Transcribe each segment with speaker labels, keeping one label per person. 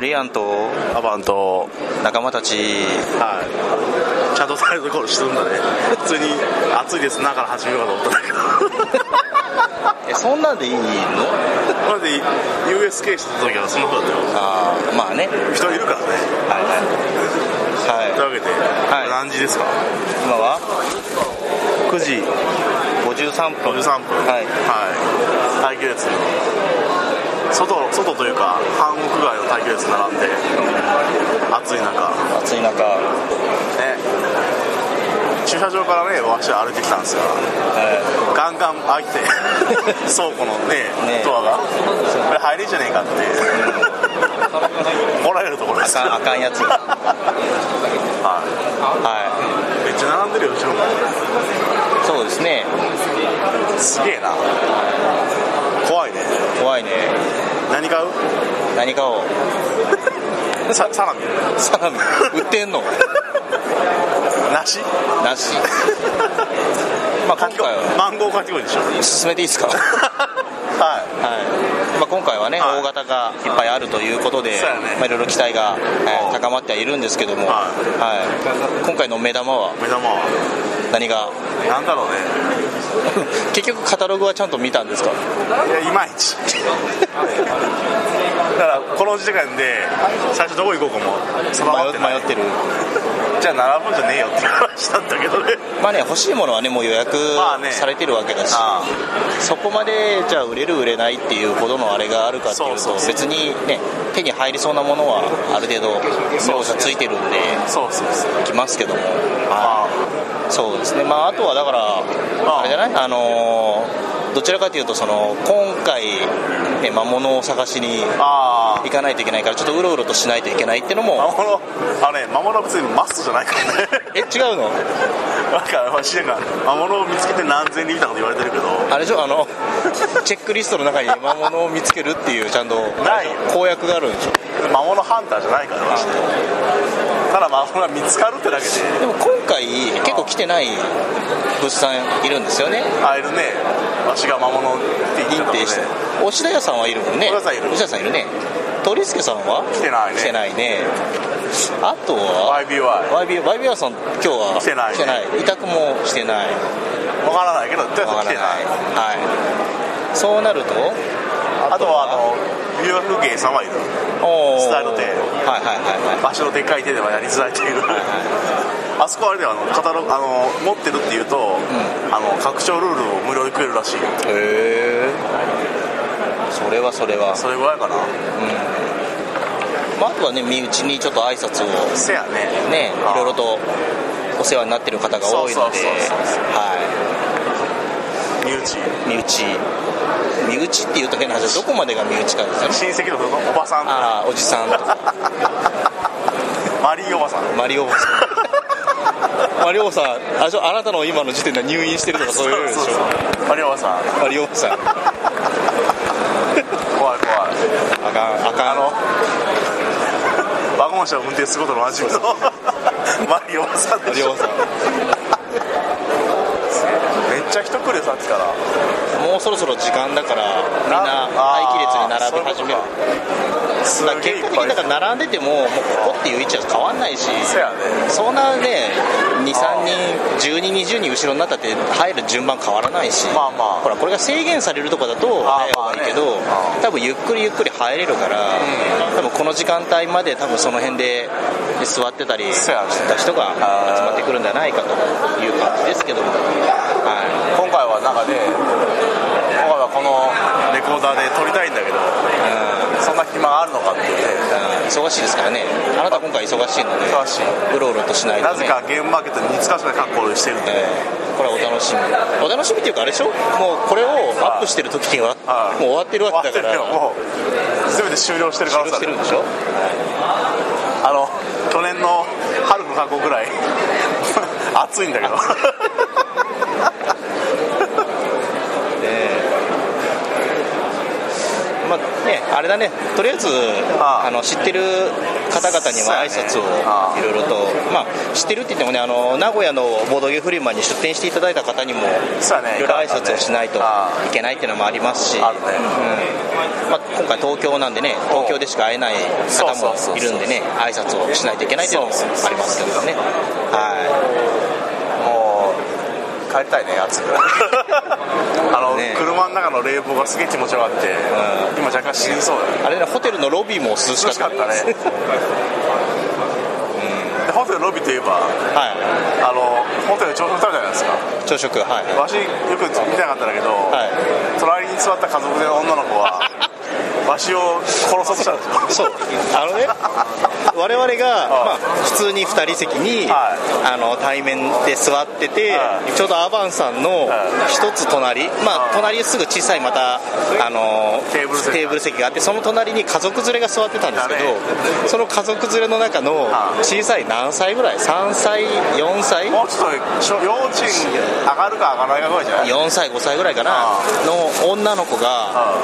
Speaker 1: リアンと
Speaker 2: アバンと、
Speaker 1: 仲間たち
Speaker 2: はい、ちゃんとタイトルコールしてるんだね、普通に暑いですなから始めようかと思ったんだけど、
Speaker 1: えそんなんでいいの
Speaker 2: まで USK してた時はそんなことだったよ、
Speaker 1: あーまあね
Speaker 2: 人いるからね、
Speaker 1: はいはい、
Speaker 2: という
Speaker 1: は
Speaker 2: わけで、
Speaker 1: い
Speaker 2: 何時ですか、
Speaker 1: い、今は
Speaker 2: 9時
Speaker 1: 53分
Speaker 2: 53分、
Speaker 1: はい
Speaker 2: はい、耐久列の外、外というか、半屋外の耐久列並んで、暑い中、
Speaker 1: 暑い中、は
Speaker 2: ね、駐車場からね、私は歩いてきたんですよ。ガンガン開いて倉庫のね
Speaker 1: ね
Speaker 2: ドアがこれ入れんじゃねえかって怒られるところで
Speaker 1: い、あ
Speaker 2: す
Speaker 1: かんあかんやつ
Speaker 2: は
Speaker 1: はい
Speaker 2: めっちゃ並んでるよ後ろも
Speaker 1: いそうですね
Speaker 2: すげえな怖いね
Speaker 1: 怖いね
Speaker 2: 何買う
Speaker 1: 何かを
Speaker 2: さサラミ
Speaker 1: サラミ売ってんの
Speaker 2: 梨
Speaker 1: な しまあ今回は
Speaker 2: マンゴーかき氷でしょ
Speaker 1: 進めていいですかはい、
Speaker 2: は
Speaker 1: まあ、今回はね、
Speaker 2: はい
Speaker 1: 大型がいっぱいあるということで、
Speaker 2: そうやね
Speaker 1: まあ、いろいろ期待が、えー
Speaker 2: うん
Speaker 1: 高まってはいるんですけども、
Speaker 2: は
Speaker 1: はい今回の目玉はい
Speaker 2: 目玉は
Speaker 1: 何が
Speaker 2: なんだろうね
Speaker 1: 結局カタログはちゃんと見たんですか
Speaker 2: いやいまいちだからこの時間で最初どこ行こうかも定まって
Speaker 1: 迷
Speaker 2: ない
Speaker 1: 迷ってる
Speaker 2: じゃあ並ぶんじゃねえよって話したんだけどね
Speaker 1: まあね欲しいものはねもう予約
Speaker 2: まあね
Speaker 1: されてるわけだし、
Speaker 2: あ
Speaker 1: そこまでじゃあ売れる売れないっていうほどのあれがあるかっていうと
Speaker 2: そうそうそう
Speaker 1: 別にね手に入りそうなものはある程度
Speaker 2: そう
Speaker 1: 操作ついてるんで
Speaker 2: あそうそうそう
Speaker 1: 来ますけども
Speaker 2: まあ
Speaker 1: そうですねまああとはだから
Speaker 2: あ
Speaker 1: あれじゃないあのーどちらかというとその今回、ね、魔物を探しに
Speaker 2: あ
Speaker 1: 行かないといけないからちょっとうろうろとしないといけないっての も
Speaker 2: あ魔物あのね魔物は別にマストじゃないからね
Speaker 1: え違うの
Speaker 2: なんか私なんか魔物を見つけて何千里みたいなこと言われてるけど
Speaker 1: あれでしょあのチェックリストの中に魔物を見つけるっていうちゃんと
Speaker 2: ないよ
Speaker 1: 公約があるんでしょ
Speaker 2: 魔物ハンターじゃないから私ただ魔物は見つかるってだけで
Speaker 1: でも今回結構来てない物産いるんですよね
Speaker 2: あいるねわしが魔物って言
Speaker 1: 認
Speaker 2: って
Speaker 1: 定した
Speaker 2: のね
Speaker 1: 押田屋さんはいるもんね
Speaker 2: 押田さんいる
Speaker 1: 押田さんいるね鳥助さんは
Speaker 2: 来てないね
Speaker 1: 来てないねあとは
Speaker 2: YBY わ
Speaker 1: YB YBR さん今日は
Speaker 2: 来てないね
Speaker 1: 来てない委託もし てない
Speaker 2: からないけどとり
Speaker 1: わ
Speaker 2: あ
Speaker 1: か
Speaker 2: えず来
Speaker 1: らない
Speaker 2: てない
Speaker 1: はいそうなると
Speaker 2: あとはあの留学芸さんはいる
Speaker 1: おー
Speaker 2: スタイル亭
Speaker 1: はいはいはいはい
Speaker 2: わしのでっかい手ではやりづらいというあそこあれではあのカタログあの持ってるっていうと、あの拡張ルールを無料でくれるらしいよ
Speaker 1: へえそれはそれは、
Speaker 2: それぐらいかな
Speaker 1: まあ、あとはね身内にちょっと挨拶を
Speaker 2: せやね
Speaker 1: ね、
Speaker 2: ああ
Speaker 1: いろいろとお世話になってる方が多いので、
Speaker 2: そうそうそうそう
Speaker 1: は
Speaker 2: 身内
Speaker 1: い、身内、身内って言うと変な話ですどこまでが身内かですよね。
Speaker 2: 親戚のおばさん
Speaker 1: ああ、おじさんとか、
Speaker 2: マリーおばさん
Speaker 1: マリオさん。マリオさん、あれでしょあなたの今の時点で入院してるとかそういうのでしょ。
Speaker 2: そうマリーおばさん
Speaker 1: マリオさん、あ
Speaker 2: 怖い怖い
Speaker 1: かん、あかん。
Speaker 2: あのワゴン車を運転することの 味のマリーおばさん
Speaker 1: マ
Speaker 2: で
Speaker 1: リ
Speaker 2: しょ
Speaker 1: オさん。
Speaker 2: めっちゃ人来るよさっきから
Speaker 1: もうそろそろ時間だから、みんな
Speaker 2: あ
Speaker 1: 待機列に並び始める。
Speaker 2: す
Speaker 1: だから
Speaker 2: げえ
Speaker 1: 結
Speaker 2: い
Speaker 1: 果
Speaker 2: っぱ
Speaker 1: 的に
Speaker 2: い
Speaker 1: だから並んでても、もうここっていう位置は変わんないし。
Speaker 2: せやね
Speaker 1: そんなね23人10人20人後ろになったって入る順番変わらないし、
Speaker 2: まあまあ
Speaker 1: ほらこれが制限されるとかだと
Speaker 2: あ
Speaker 1: 早い方がいいけど、
Speaker 2: まあね
Speaker 1: 多分ゆっくりゆっくり入れるから、多分この時間帯まで多分その辺で座ってたりし
Speaker 2: そうやね
Speaker 1: た人が集まってくるんじゃないかという感じですけども、は
Speaker 2: 今回はなんかね今回はこのレコーダーで撮りたいんだけどそんな暇があるのかっていうね
Speaker 1: いうん忙しいですからねあなた今回忙しいので
Speaker 2: 忙しいう
Speaker 1: ろうろとしないと、ね、
Speaker 2: なぜかゲームマーケットに似つかわしない格好をしてるんで
Speaker 1: えーこれはお楽しみお楽しみっていうかあれでしょもうこれをアップしてる時には
Speaker 2: ああ
Speaker 1: もう終わってる
Speaker 2: 終わ
Speaker 1: わ
Speaker 2: っ
Speaker 1: け
Speaker 2: て
Speaker 1: だ
Speaker 2: る
Speaker 1: から
Speaker 2: よもう全て終了してる可能
Speaker 1: 終了
Speaker 2: 性
Speaker 1: し
Speaker 2: あ
Speaker 1: て
Speaker 2: る
Speaker 1: るんでしょ
Speaker 2: あの去年の春の過去ぐらい 暑いんだけど
Speaker 1: まあね、あれだね、とりあえず
Speaker 2: ああ
Speaker 1: あの知ってる方々には挨拶
Speaker 2: そうやねあ
Speaker 1: を
Speaker 2: あ
Speaker 1: いろいろと、まあ、知ってるって言ってもねあの、名古屋のボードゲームフリマに出店していただいた方にも、
Speaker 2: そうやね
Speaker 1: いろいろ挨拶をしないとい
Speaker 2: ああ
Speaker 1: けないっていうのもありますし、
Speaker 2: あるね
Speaker 1: うんまあ、今回、東京なんでね、東京でしか会えない
Speaker 2: そ
Speaker 1: 方
Speaker 2: うそうそうそ
Speaker 1: も
Speaker 2: う
Speaker 1: いるんでね、挨拶をしないといけないっていうのも
Speaker 2: そうそうそう
Speaker 1: ありますけどね。は
Speaker 2: もう帰りたいね暑く あの、
Speaker 1: ね
Speaker 2: 車の中の冷房がすげえ気持ちよくあって、今若干死にそうだね
Speaker 1: いあれね、ホテルのロビーも涼し
Speaker 2: 涼
Speaker 1: かっ
Speaker 2: しか
Speaker 1: た
Speaker 2: った ねでホテルロビーといえば
Speaker 1: は
Speaker 2: あのホテル朝食食べたじゃないですか
Speaker 1: い、朝食、はい、
Speaker 2: わしよく見たかったんだけど、
Speaker 1: は
Speaker 2: 隣に座った家族連れの女の子はわしを殺そうとしたんですよ
Speaker 1: そうあのね我々が、まあ、普通に2人席に、
Speaker 2: は
Speaker 1: あの対面で座ってて、
Speaker 2: はい
Speaker 1: ちょうどアバンさんの
Speaker 2: は
Speaker 1: 一つ隣、まあ
Speaker 2: はい
Speaker 1: 隣すぐ小さいまたあの
Speaker 2: テーブル席
Speaker 1: 席があってその隣に家族連れが座ってたんですけど
Speaker 2: だね
Speaker 1: その家族連れの中の
Speaker 2: はい
Speaker 1: 小さい何歳ぐらい3歳4歳
Speaker 2: もうちょっとしょ幼稚園上がるか上がらないかぐらいじゃない
Speaker 1: 4歳5歳ぐらいかな
Speaker 2: は
Speaker 1: の女の子が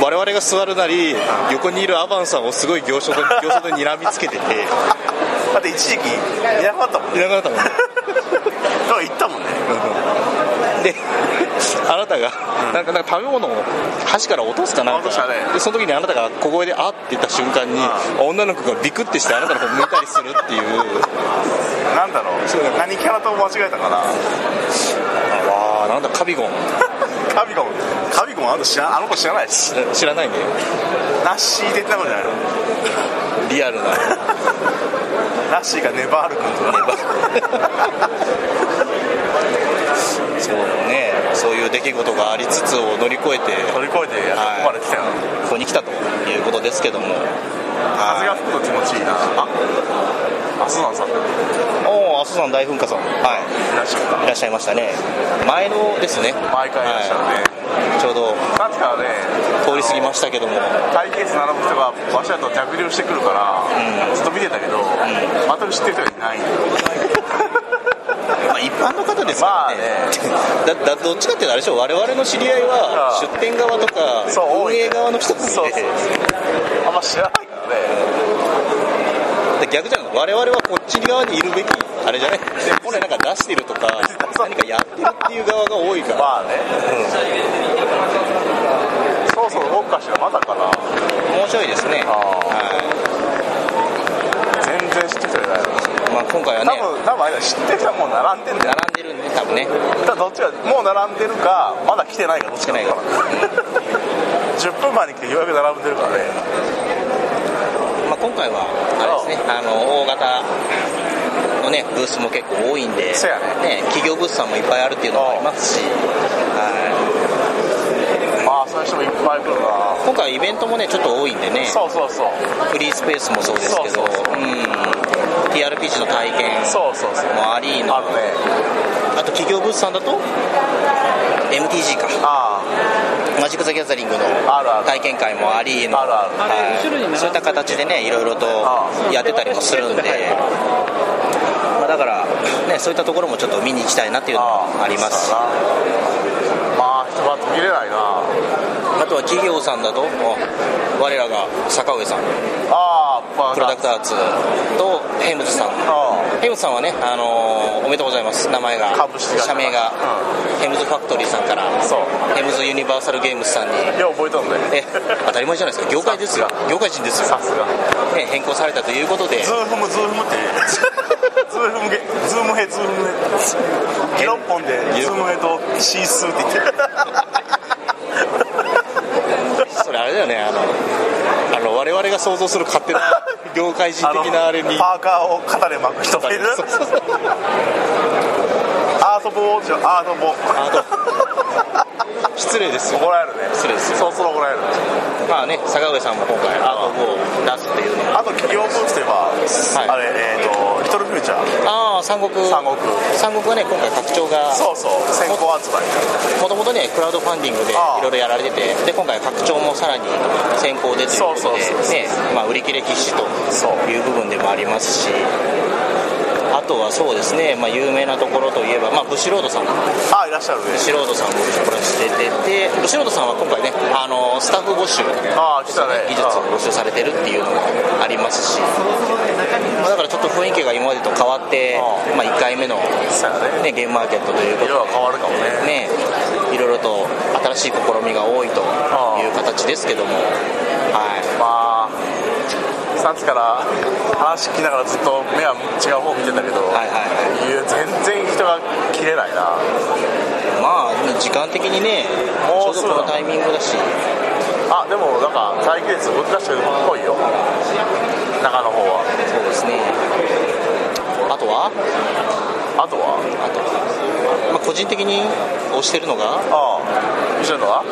Speaker 2: う
Speaker 1: 我々が座るなり横にいるアバンさんをすごい行商で行商で睨みつけてて。
Speaker 2: んだって一時期いなくなったもん
Speaker 1: い
Speaker 2: ね
Speaker 1: なくなったもんね
Speaker 2: だから行ったもんね
Speaker 1: であなたがなんかなんか食べ物を箸から落とすかなん
Speaker 2: 落
Speaker 1: か
Speaker 2: としたね
Speaker 1: でその時にあなたが小声で「あっ」て言った瞬間に女の子がビクってしてあなたの方向いたりするっていう
Speaker 2: なんだろう
Speaker 1: そうだね
Speaker 2: 何キャラと間違えたかな
Speaker 1: わあなんだカビゴン
Speaker 2: カビゴンカビゴンあの知らあの子知らないし
Speaker 1: え知らないね
Speaker 2: ナッシー出てたもんじゃないの
Speaker 1: リアルな
Speaker 2: ナッシーがネバール君とか
Speaker 1: そうねそういう出来事がありつつを乗り越えて
Speaker 2: 乗り越えてやっとここまで来たよ
Speaker 1: ここに来たということですけども
Speaker 2: 風が吹くと気持ちいいなああそうなんさんい
Speaker 1: おお阿蘇山大噴火さんは
Speaker 2: らっしゃった
Speaker 1: いいらっしゃいましたね前のですね
Speaker 2: 毎回いらっしゃるね、
Speaker 1: はいちょうど
Speaker 2: さっきからね
Speaker 1: 通り過ぎましたけども
Speaker 2: 会計室並ぶ人がわしらと着流してくるから、ずっと見てたけど、全く知ってる人はいない
Speaker 1: まあ、一般の方ですからね,、 だだどっちかっていうとあれでしょ我々の知り合いは
Speaker 2: うん
Speaker 1: 出店側とか
Speaker 2: そう多
Speaker 1: 運
Speaker 2: い
Speaker 1: 営側の人なんで
Speaker 2: そうそうあんま知らないからね
Speaker 1: で逆じゃん我々はこっち側にいるべきあれじゃない本来なんか出してるとか
Speaker 2: そう
Speaker 1: 何かやってるっていう側が多いから、
Speaker 2: まあね、そうそう動くかしらまだかな
Speaker 1: 面白いですね、
Speaker 2: あ
Speaker 1: は
Speaker 2: 全然知ってる人いない
Speaker 1: いまあ、今回はね
Speaker 2: 多分多分あれだ知ってる人はもう並んでんだよ
Speaker 1: 並んでるんで多分ね
Speaker 2: ただどっちかもう並んでるかまだ来てないかどっちかだから
Speaker 1: 来
Speaker 2: 10分前に来てようやく並んでるからね
Speaker 1: まあ、今回はあれですねあの大型のねブースも結構多いんで
Speaker 2: そうや
Speaker 1: ね企業ブースさんもいっぱいあるっていうのもありますしはい
Speaker 2: まあそういう人もいっぱい来るな
Speaker 1: 今回イベントもねちょっと多いんでね
Speaker 2: そうそうそう
Speaker 1: フリースペースもそうですけ
Speaker 2: そ
Speaker 1: ど
Speaker 2: うそうそう
Speaker 1: うん TRPG の体験
Speaker 2: そうそうそう
Speaker 1: もありの
Speaker 2: あるね
Speaker 1: あと企業ブースさんだと MTG か
Speaker 2: あ
Speaker 1: マジック・ザ・ギャザリングの
Speaker 2: あるある
Speaker 1: 体験会もありの
Speaker 2: あるある
Speaker 1: はいそういった形でねいろいろと
Speaker 2: あ
Speaker 1: やってたりもするんでまあだから、ね、そういったところもちょっと見に行きたいなっていうの
Speaker 2: あ
Speaker 1: もあります
Speaker 2: そ
Speaker 1: し
Speaker 2: うだなまあ人は途切れないな
Speaker 1: あとは企業さんだとあ我らが坂上さん
Speaker 2: ああまあ
Speaker 1: プロダクトアーツとヘイムズさん
Speaker 2: あ
Speaker 1: ヘムズさんはね、あのーおめでとうございます、名前が、
Speaker 2: 株式会社
Speaker 1: 社名が、ヘムズファクトリーさんから、
Speaker 2: あそう
Speaker 1: ヘムズユニバーサルゲームズさんに、
Speaker 2: よう覚えとんね
Speaker 1: え当たり前じゃないですか、業界ですよ
Speaker 2: さ、
Speaker 1: 業界人ですよ
Speaker 2: さ、すが
Speaker 1: ね、変更されたということで、
Speaker 2: ズーフムズーフムってズーフムゲズームヘズームヘギロッポンでズームヘとシースーって言って
Speaker 1: それあれだよね、あの、あの我々が想像する 勝手な業界人
Speaker 2: あの
Speaker 1: 的なあれに、
Speaker 2: パーカーを肩で巻く人もいる
Speaker 1: そうそうそう
Speaker 2: アートボーじゃアートボー
Speaker 1: あの失礼ですよ、
Speaker 2: 怒られるね
Speaker 1: 失礼ですよ、
Speaker 2: そろそろ怒られる
Speaker 1: まあね、坂上さんも今回、アート5を出すっていうのが、
Speaker 2: あと企業ブースでは、
Speaker 1: い
Speaker 2: あれえっ、とリトルフューチャー
Speaker 1: ああ、三国、
Speaker 2: 三国
Speaker 1: 三国はね、今回、拡張が。
Speaker 2: そうそう先行発売
Speaker 1: もともとね、クラウドファンディングでい
Speaker 2: ああ
Speaker 1: ろいろやられてて、で今回、拡張もさらに先行でという
Speaker 2: そう
Speaker 1: こと
Speaker 2: そうそうそう
Speaker 1: で、ねまあ、売り切れ必至と
Speaker 2: そう
Speaker 1: いう部分でもありますし、あとはそうですね、まあ、有名なところといえば、まあ、ブシロードさん
Speaker 2: あいらっしゃるね
Speaker 1: ブシロードさんもこれしてててブシロードさんは今回ねあのスタッフ募集
Speaker 2: ああ来たね
Speaker 1: 技術を募集されてるっていうのがありますし、まあ、だからちょっと雰囲気が今までと変わって
Speaker 2: あ、
Speaker 1: まあ、1回目の、
Speaker 2: そうやね
Speaker 1: ね、ゲームマーケットということで
Speaker 2: 色が変わるかもね
Speaker 1: ね、いろいろと新しい試みが多いという形ですけども、は
Speaker 2: まあさっきから話聞きながらずっと目は違う方見てたけど、
Speaker 1: い、はいはいは
Speaker 2: い
Speaker 1: い
Speaker 2: や全然人が切れないな
Speaker 1: まあ時間的にねち
Speaker 2: もう
Speaker 1: ょうどこのタイミングだし
Speaker 2: あでもなんか待機列動き出してるっぽいよ中の方は
Speaker 1: そうですねあとは
Speaker 2: あとは
Speaker 1: あとは、まあ、個人的に推してるのが
Speaker 2: ああ後ろのは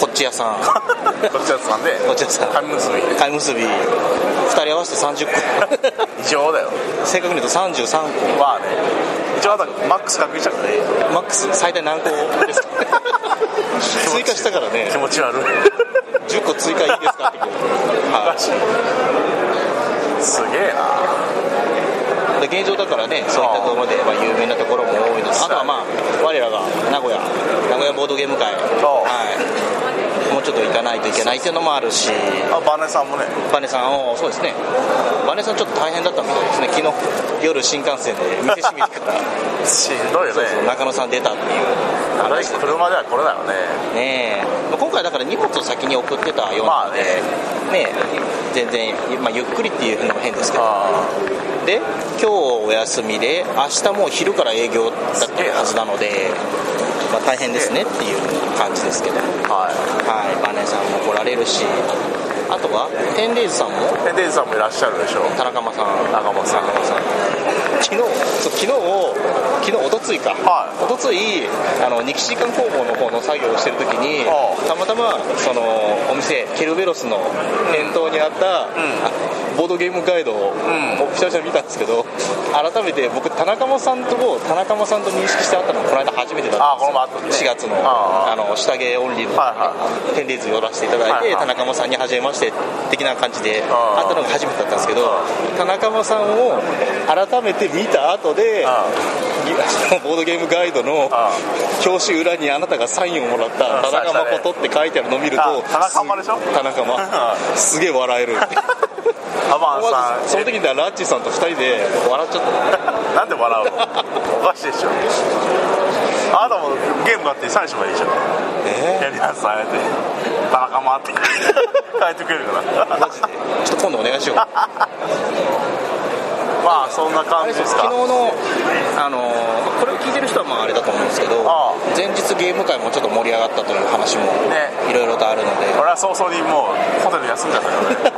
Speaker 1: こっち屋 さん
Speaker 2: こっちのやつなんで
Speaker 1: こっち屋さん
Speaker 2: 紙結び
Speaker 1: 貝結び2人合わせて30個
Speaker 2: 一応だよ
Speaker 1: 正確に言うと33
Speaker 2: まあね一応あとマックス確認したからね
Speaker 1: 個マックス最大何個ですか 追加したからね
Speaker 2: 気持ち悪い
Speaker 1: 10個追加いいですかって聞いて、は、
Speaker 2: すげえない
Speaker 1: で現状だからねそういったところで、まあ、有名なところも多いのであとはまあ我らが名古屋名古屋ボードゲーム会、はい、もうちょっと行かないといけないっていうのもあるし
Speaker 2: あバネさんもね
Speaker 1: バネさんをそうですねバネさんちょっと大変だったみたいですね昨日夜新幹線で見てしみて から
Speaker 2: しんどいよね
Speaker 1: 中野さん出たってい
Speaker 2: あ
Speaker 1: う
Speaker 2: れ車ではこれだよね
Speaker 1: ねえまあ今回だから荷物を先に送ってたようなので、ねえ全然、まあ、ゆっくりっていうのも変ですけど
Speaker 2: あ
Speaker 1: で今日お休みで明日もう昼から営業だってるはずなので、まあ、大変ですねっていう感じですけど、は、
Speaker 2: あはい
Speaker 1: バネさんも来られるしあとは天霊図さんも
Speaker 2: いでデイジさんもいらっしゃるでしょ
Speaker 1: 田中間さん
Speaker 2: 中間さん
Speaker 1: 田中さん昨日そう昨日昨日おとついか、
Speaker 2: は
Speaker 1: おとついあのニキシーカン工房の方の作業をしてる時に
Speaker 2: ああ
Speaker 1: たまたまそのお店ケルベロスの店頭にあった、あボードゲームガイドを、
Speaker 2: ん
Speaker 1: ピシャピシャ見たんですけど改めて僕田中間さんとも田中間さんと認識してあったのこの間初めてだったんで
Speaker 2: あこ
Speaker 1: すよ
Speaker 2: の前あったね
Speaker 1: 4月の
Speaker 2: あ
Speaker 1: あの下着オンリーの
Speaker 2: はいは
Speaker 1: 天理図寄らせていただいて、
Speaker 2: はいはい
Speaker 1: 田中間さんに初めまして的な感じで
Speaker 2: ああ
Speaker 1: 会ったのが初めてだったんですけど田中間さんを改めて見た後で
Speaker 2: あ
Speaker 1: ぎボードゲームガイドの
Speaker 2: あ
Speaker 1: 表紙裏にあなたがサインをもらった
Speaker 2: うん
Speaker 1: 田中
Speaker 2: そうでした
Speaker 1: 誠って書いてあるのを見ると
Speaker 2: あ田中間でしょ
Speaker 1: す田中間 すげえ笑える
Speaker 2: アバンさん
Speaker 1: その時にはラッチーさんと2人で笑っちゃった
Speaker 2: なんで笑うのおかしいでしょあなたもゲームがあってサインしばいいでしょ
Speaker 1: え
Speaker 2: やりなさいって田中間って書いてくれるから
Speaker 1: マジでちょっと今度お願いしよう
Speaker 2: まあそんな
Speaker 1: あ
Speaker 2: 感
Speaker 1: れ
Speaker 2: じ
Speaker 1: で
Speaker 2: ですす
Speaker 1: 昨
Speaker 2: か
Speaker 1: 日の、あのーこれを聞いてる人はまああれだと思うんですけど
Speaker 2: ああ
Speaker 1: 前日ゲーム会もちょっと盛り上がったという話も
Speaker 2: ね
Speaker 1: いろいろとあるので
Speaker 2: 俺は早々にもうホテル休んじゃったからね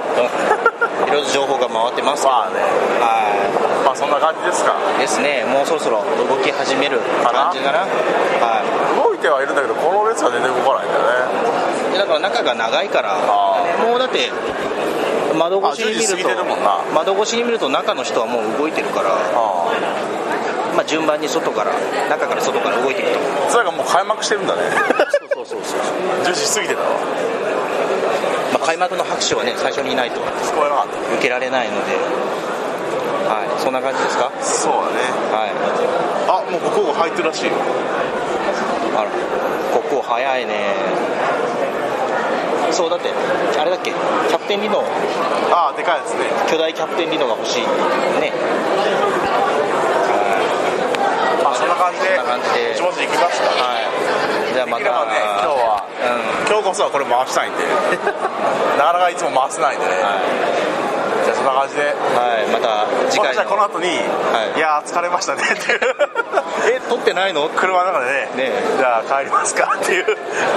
Speaker 1: いろいろ情報が回ってますけど
Speaker 2: まあね
Speaker 1: は
Speaker 2: まあそんな感じですか
Speaker 1: いですねもうそろそろ動き始める感じかなは
Speaker 2: 動いてはいるんだけどこの列は全然動かないんだよね
Speaker 1: いでだから中が長いから
Speaker 2: あ
Speaker 1: もうだって窓越しに
Speaker 2: あ10時過
Speaker 1: 見
Speaker 2: ぎ
Speaker 1: る
Speaker 2: て
Speaker 1: と
Speaker 2: るもんな
Speaker 1: 窓越しに見ると中の人はもう動いてるから、
Speaker 2: あ
Speaker 1: まあ、順番に外から中から外から動いていくと思う
Speaker 2: それがもう開幕してるんだね
Speaker 1: そうそうそうそう、
Speaker 2: 10時過ぎてたわ
Speaker 1: まあ、開幕の拍手はね最初にいないと
Speaker 2: 聞こえなかっ
Speaker 1: 受けられないので、はい、そんな感じですか、
Speaker 2: たそうだね
Speaker 1: はい、
Speaker 2: あもうここ入ってるらしいよ
Speaker 1: あらここ早いね、そうだって、あれだっけ、キャプテンリノ、
Speaker 2: ああでかいですね
Speaker 1: 巨大キャプテンリノが欲しいね、
Speaker 2: まあそんな感じで
Speaker 1: そんな感じで
Speaker 2: ぼちぼち行きますか
Speaker 1: はい、じゃあま
Speaker 2: できれ
Speaker 1: た、
Speaker 2: ばね今日は今日こそはこれ回したいんでなかなかいつも回せないんでね
Speaker 1: うんは
Speaker 2: じゃあそんな感じで
Speaker 1: い、はい、また次回
Speaker 2: じゃあこの
Speaker 1: の、
Speaker 2: 後に、
Speaker 1: い
Speaker 2: い、やー疲れま したねっていう
Speaker 1: え、撮ってないの
Speaker 2: 車の中でね
Speaker 1: ねえ
Speaker 2: じゃあ帰りますかっていう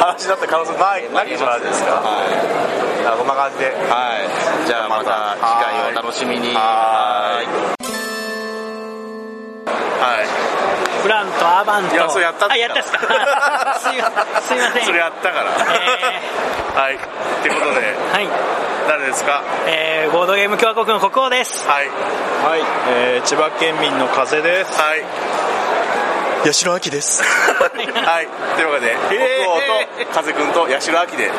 Speaker 2: 話になった可能性ないないじゃないですか
Speaker 1: は
Speaker 2: だからこんな感じで
Speaker 1: い、はい、じゃあまた次回をお楽しみに。
Speaker 2: ははい
Speaker 3: フランとアバンと。
Speaker 2: いやそれやったっすか
Speaker 3: あ、やったっ すか。すいません。すいません。
Speaker 2: それやったから、はいってことで
Speaker 3: はい。
Speaker 2: 誰ですか
Speaker 3: えー、ボードゲーム共和国の国王です。
Speaker 2: はい
Speaker 4: はい、えー千葉県民の風です。
Speaker 2: はい
Speaker 1: 八代亜紀です
Speaker 2: はいというわけで
Speaker 3: え
Speaker 2: 僕王と風君と八代亜紀で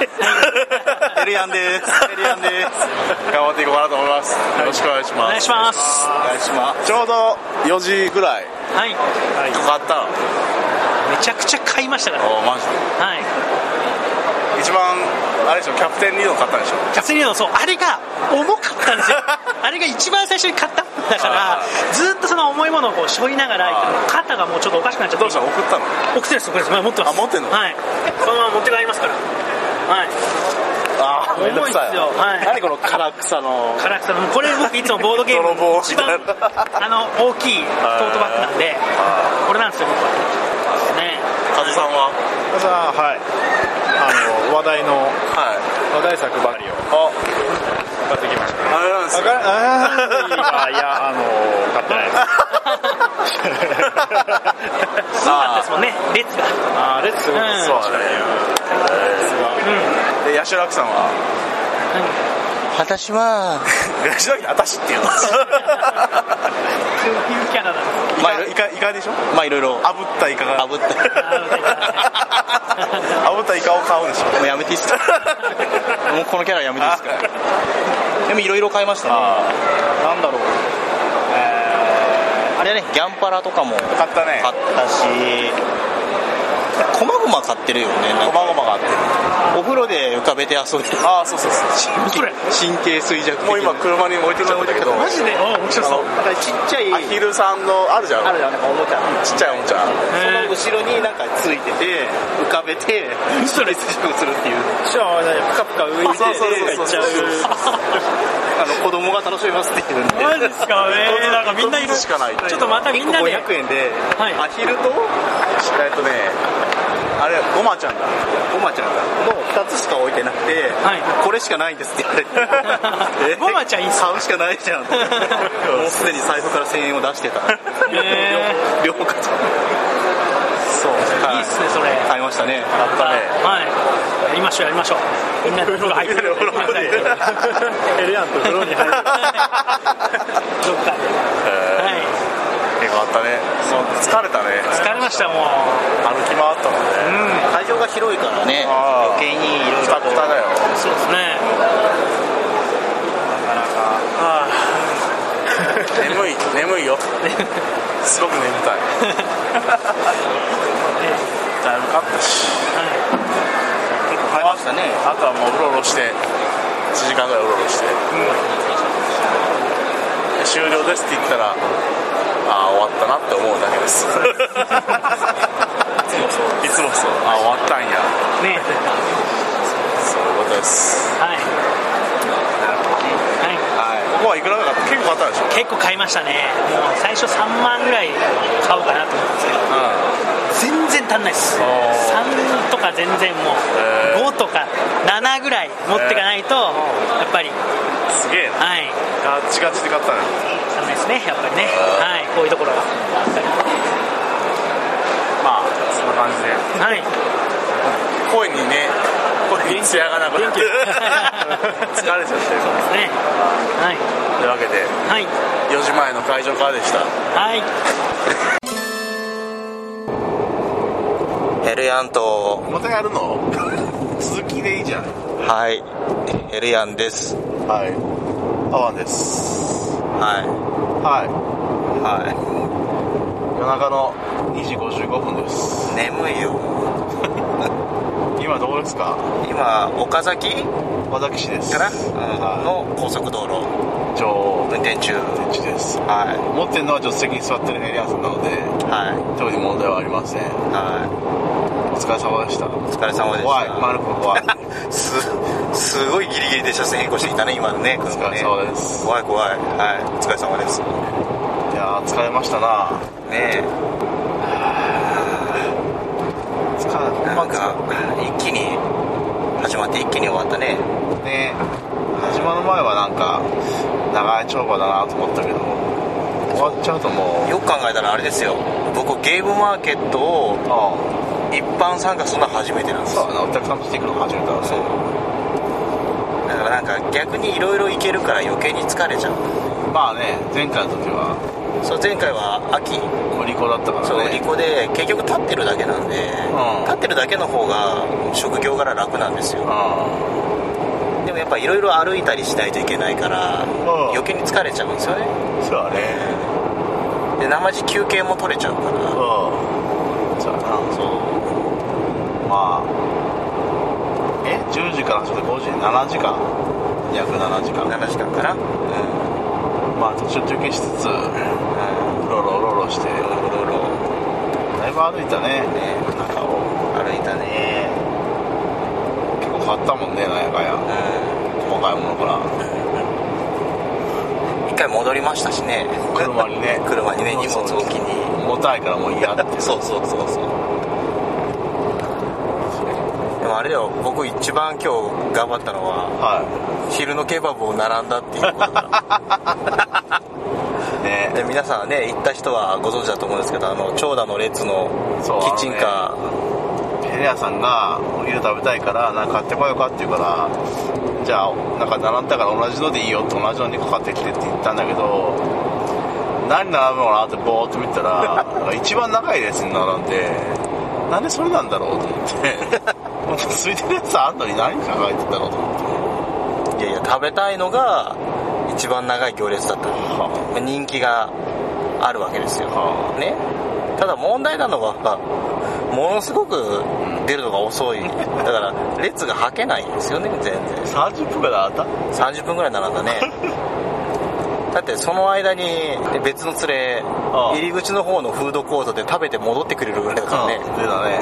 Speaker 1: エルヤンですエルヤンです
Speaker 2: 頑張っていこうかなと思いますよろしくお願いし
Speaker 3: お願
Speaker 2: ま
Speaker 3: い
Speaker 2: す
Speaker 3: します
Speaker 1: お願いします
Speaker 2: ちょうど4時ぐらい
Speaker 3: はい、
Speaker 2: かかったの
Speaker 3: めちゃくちゃ買いましたから
Speaker 2: おマジで
Speaker 3: はい
Speaker 2: 一番あれでしょキャプテンリード買ったんでしょ
Speaker 3: キャスリーノそうあれが重かったん ですよあれが一番最初に買ったんだから
Speaker 2: あ
Speaker 3: ずっとその重いものをこう背負いながら
Speaker 2: あ
Speaker 3: 肩がもうちょっとおかしくなっちゃって
Speaker 2: どうしたの送ったの
Speaker 3: 送ってるんです送ってるんです前持ってます
Speaker 2: あ持ってんの
Speaker 3: はいそのまま持って帰りますからはい
Speaker 2: あーめんどくさい
Speaker 3: 重いっすよはい
Speaker 2: 何この唐草の
Speaker 3: 唐草のこれ僕いつもボードゲーム
Speaker 2: 泥棒
Speaker 3: 一番
Speaker 2: みたいな
Speaker 3: あの大きいトートバッグなんでこれなんですよ僕はね
Speaker 2: 風さんは
Speaker 4: さあはいあの話題の
Speaker 2: はい
Speaker 4: 話題作ばかりを
Speaker 2: あ
Speaker 4: 買ってきました
Speaker 2: あれなんです
Speaker 4: あ
Speaker 2: よ
Speaker 4: かあいやあの買ってないです
Speaker 3: そうなんですもんね列が
Speaker 4: あーレッツゴー
Speaker 2: そうだねで八代亜紀さんは
Speaker 1: 私は
Speaker 2: 八代亜紀あたしっていうの
Speaker 3: そういうキャラなんです
Speaker 2: まあイカイカでしょ
Speaker 1: まあいろいろ
Speaker 2: 炙ったイカが
Speaker 1: あぶって
Speaker 2: 炙ったイカを買うんでしょ
Speaker 1: もうやめていいですかもうこのキャラやめていいですかでもいろいろ買いましたね
Speaker 2: あ
Speaker 1: なんだろうあれねギャンパラとかも
Speaker 2: ー買ったね
Speaker 1: 買ったしこまごま買ってるよねなん
Speaker 2: こ
Speaker 1: か
Speaker 2: まごまがあって
Speaker 1: お風呂で浮かべて遊ぶ
Speaker 2: ああそうそうそう
Speaker 3: それ
Speaker 1: 神経衰弱的
Speaker 2: もう今車に置いてきちゃったんだけど
Speaker 3: マジでお面白そう
Speaker 1: なんかちっちゃい
Speaker 2: アヒルさんのあるじゃん
Speaker 1: あるじゃんなんかおもちゃ
Speaker 2: ちっちゃいおもちゃ
Speaker 1: その後ろになんかついてて浮かべて
Speaker 3: 嘘です
Speaker 1: 低くするっていう
Speaker 4: シャワーでプカプカ浮いて
Speaker 2: そうそうそうそ
Speaker 4: 行っちゃ
Speaker 2: う
Speaker 4: う
Speaker 1: あの子供が楽しめますっていうんで
Speaker 3: マジですかねなんかみんないる
Speaker 2: しかない
Speaker 3: ちょっとまたみんなで
Speaker 1: 500円で
Speaker 3: はい
Speaker 2: アヒルとえっとねあれゴマちゃんだ
Speaker 1: ゴマちゃんがの2つしか置いてなくて、
Speaker 3: はい
Speaker 1: これしかないんですって言われ てえ
Speaker 3: ゴマちゃんいい っす
Speaker 1: 買うしかないじゃんってもうすでに財布から1000円を出してた
Speaker 3: へ
Speaker 1: 両方買っちゃったそう、
Speaker 3: ー
Speaker 1: は
Speaker 3: い
Speaker 1: い
Speaker 3: っすねそれは
Speaker 1: 買いましたね
Speaker 2: あったね
Speaker 3: いやりましょうやりましょうみんなで風呂入ってくださいどっか
Speaker 4: エルヤンと風呂に入る
Speaker 3: では
Speaker 2: 結構あったねそう疲れたね
Speaker 3: い疲れましたもう
Speaker 2: 歩き回ったの
Speaker 3: う
Speaker 2: ね
Speaker 3: ん
Speaker 1: 会場が広いからね
Speaker 2: あー
Speaker 1: 余計にいろい
Speaker 2: く
Speaker 1: ろ
Speaker 2: たくただよ
Speaker 3: そうですね
Speaker 2: 眠い眠いよすごく眠たいだいぶ勝ったし
Speaker 3: は
Speaker 1: 買いましたね
Speaker 2: あとはもううろうろして1時間ぐらいうろうろして、終了ですって言ったらああ終わったなって思うだけです いつもそうああ終わったんや
Speaker 3: いね
Speaker 2: そういうことです
Speaker 3: はいは
Speaker 1: は
Speaker 2: ここはいくらだかった結構買ったでしょ
Speaker 3: い結構買いましたねもう最初3万ぐらい買おうかなと思って全然足んないです3とか全然も
Speaker 2: へ
Speaker 3: う5とか7ぐらい持っていかないとやっぱり
Speaker 2: うんすげえな
Speaker 3: はい
Speaker 2: ガッチガチで買ったね
Speaker 3: 足んないですねやっぱりねはいこういうところが
Speaker 2: まあそんな感じで
Speaker 3: はい
Speaker 2: 声にね声に艶がなくなって 疲れちゃってる
Speaker 3: ねはい
Speaker 2: というわけで
Speaker 3: はい
Speaker 2: 4時前の会場からでした
Speaker 3: はい
Speaker 1: いヘルヤンと
Speaker 2: またやるの 続きでいいじゃん
Speaker 1: はいヘルヤンです
Speaker 2: はいアワンです
Speaker 1: は
Speaker 2: はい
Speaker 1: いは
Speaker 2: 夜中の2時55分です
Speaker 1: い眠いよ
Speaker 2: 今どこですか
Speaker 1: 今岡崎
Speaker 2: 私です
Speaker 1: かな、
Speaker 2: は
Speaker 1: の高速道路
Speaker 2: い一応
Speaker 1: 運転中
Speaker 2: 電池です
Speaker 1: は
Speaker 2: 持ってるのは助手席に座ってるエリアンさんなので
Speaker 1: いは
Speaker 2: 特に問題はありません
Speaker 1: いは
Speaker 2: お疲れ様でした
Speaker 1: いお疲れ様でした
Speaker 2: 怖いマルコ怖い
Speaker 1: すすごいギリギリで車線変更していたね今のね
Speaker 2: お
Speaker 1: 君
Speaker 2: 疲
Speaker 1: が
Speaker 2: れ
Speaker 1: ね
Speaker 2: 様です
Speaker 1: 怖い怖いはいお疲れ様です
Speaker 2: いやー疲れましたな
Speaker 1: ねえ
Speaker 2: 疲れた
Speaker 1: なんか一気に始まって一気に終わったね
Speaker 2: ね始まる前はなんか長い帳場だなと思ったけど終わっちゃうともう
Speaker 1: よく考えたらあれですよ僕ゲームマーケットを
Speaker 2: あ
Speaker 1: 一般参加するのは初めてなん
Speaker 2: あ
Speaker 1: です
Speaker 2: そう
Speaker 1: よ
Speaker 2: だなお客さんとしていくの初めてだね
Speaker 1: そうだからなんか逆にいろいろ行けるから余計に疲れちゃう
Speaker 2: まあね前回の時は
Speaker 1: そう前回は秋
Speaker 2: 売り子だったか
Speaker 1: そう
Speaker 2: ら
Speaker 1: 売り
Speaker 2: ね
Speaker 1: 子で結局立ってるだけな
Speaker 2: ん
Speaker 1: んで、立ってるだけの方が職業柄楽なんですよ
Speaker 2: あ
Speaker 1: でもやっぱいろいろ歩いたりしないといけないから、
Speaker 2: ん
Speaker 1: 余計に疲れちゃうんですよね
Speaker 2: あそうだね
Speaker 1: でなまじ休憩も取れちゃうから、
Speaker 2: うんそうだな
Speaker 1: そう
Speaker 2: まあえ10時からちょっと5時7時間約7時間
Speaker 1: 7時間かな
Speaker 2: まあ途中休憩しつつう
Speaker 1: うん
Speaker 2: ろうろうろうろして
Speaker 1: うろうろ
Speaker 2: だいぶ歩いたね
Speaker 1: ね
Speaker 2: 中を
Speaker 1: 歩いたね
Speaker 2: 結構買ったもんねなんやかん
Speaker 1: う
Speaker 2: や
Speaker 1: ん
Speaker 2: 細かいものから
Speaker 1: 一回戻りましたしね
Speaker 2: 車にね
Speaker 1: 車にね荷
Speaker 2: そ
Speaker 1: 物
Speaker 2: うそう
Speaker 1: 置きに
Speaker 2: 重たいからもう嫌って
Speaker 1: そうそうそうそうでもあれだよ僕一番今日頑張ったのは
Speaker 2: は
Speaker 1: 昼のケバブを並んだっていうことだ
Speaker 2: いね
Speaker 1: で皆さんね行った人はご存知だと思うんですけどあの長蛇の列の
Speaker 2: そう
Speaker 1: キッチンカ
Speaker 2: ペレアさんがお昼食べたいからなんか買ってこようかって言うからじゃあなんか並んだから同じのでいいよって同じの2個買ってきてって言ったんだけど何並ぶのかなってぼーっと見てたらなんか一番長い列に並んでなんでそれなんだろうと思って もう空いてるやつあんのに何考えてたのと思って
Speaker 1: ーいやいや食べたいのが一番長い行列だった
Speaker 2: は
Speaker 1: まあ人気があるわけですよ
Speaker 2: は
Speaker 1: ねただ問題なのはものすごく出るのが遅いだから列がはけないんですよね全然
Speaker 2: あ30分からあった
Speaker 1: 30分ぐらい並んだねだってその間に別の連れ
Speaker 2: ああ
Speaker 1: 入り口の方のフードコートで食べて戻ってくれるぐらいだからね
Speaker 2: 出たね